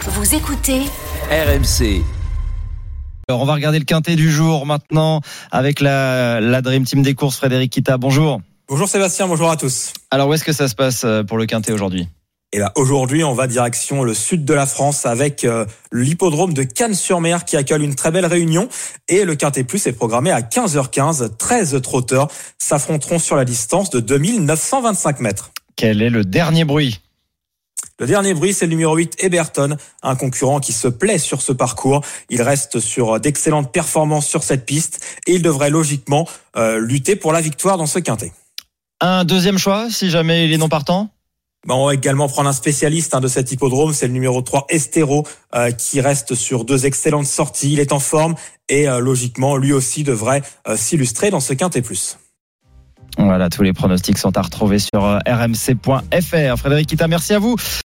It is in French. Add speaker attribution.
Speaker 1: Vous écoutez
Speaker 2: RMC.
Speaker 3: Alors, on va regarder le quintet du jour maintenant avec la, la Dream Team des courses, Frédéric Kita. Bonjour.
Speaker 4: Bonjour Sébastien, bonjour à tous.
Speaker 3: Alors, où est-ce que ça se passe euh, pour le quintet aujourd'hui
Speaker 4: Et ben aujourd'hui, on va direction le sud de la France avec euh, l'hippodrome de Cannes-sur-Mer qui accueille une très belle réunion. Et le Quintet Plus est programmé à 15h15. 13 trotteurs s'affronteront sur la distance de 2925 mètres.
Speaker 3: Quel est le dernier bruit
Speaker 4: Le dernier bruit, c'est le numéro 8, Eberton, un concurrent qui se plaît sur ce parcours. Il reste sur euh, d'excellentes performances sur cette piste et il devrait logiquement euh, lutter pour la victoire dans ce Quintet.
Speaker 3: Un deuxième choix, si jamais il est non partant
Speaker 4: Bah, on va également prendre un spécialiste hein, de cet hippodrome, c'est le numéro 3 Estero, euh, qui reste sur deux excellentes sorties, il est en forme et euh, logiquement lui aussi devrait euh, s'illustrer dans ce quintet plus.
Speaker 3: Voilà, tous les pronostics sont à retrouver sur euh, rmc.fr. Frédéric Kita, merci à vous.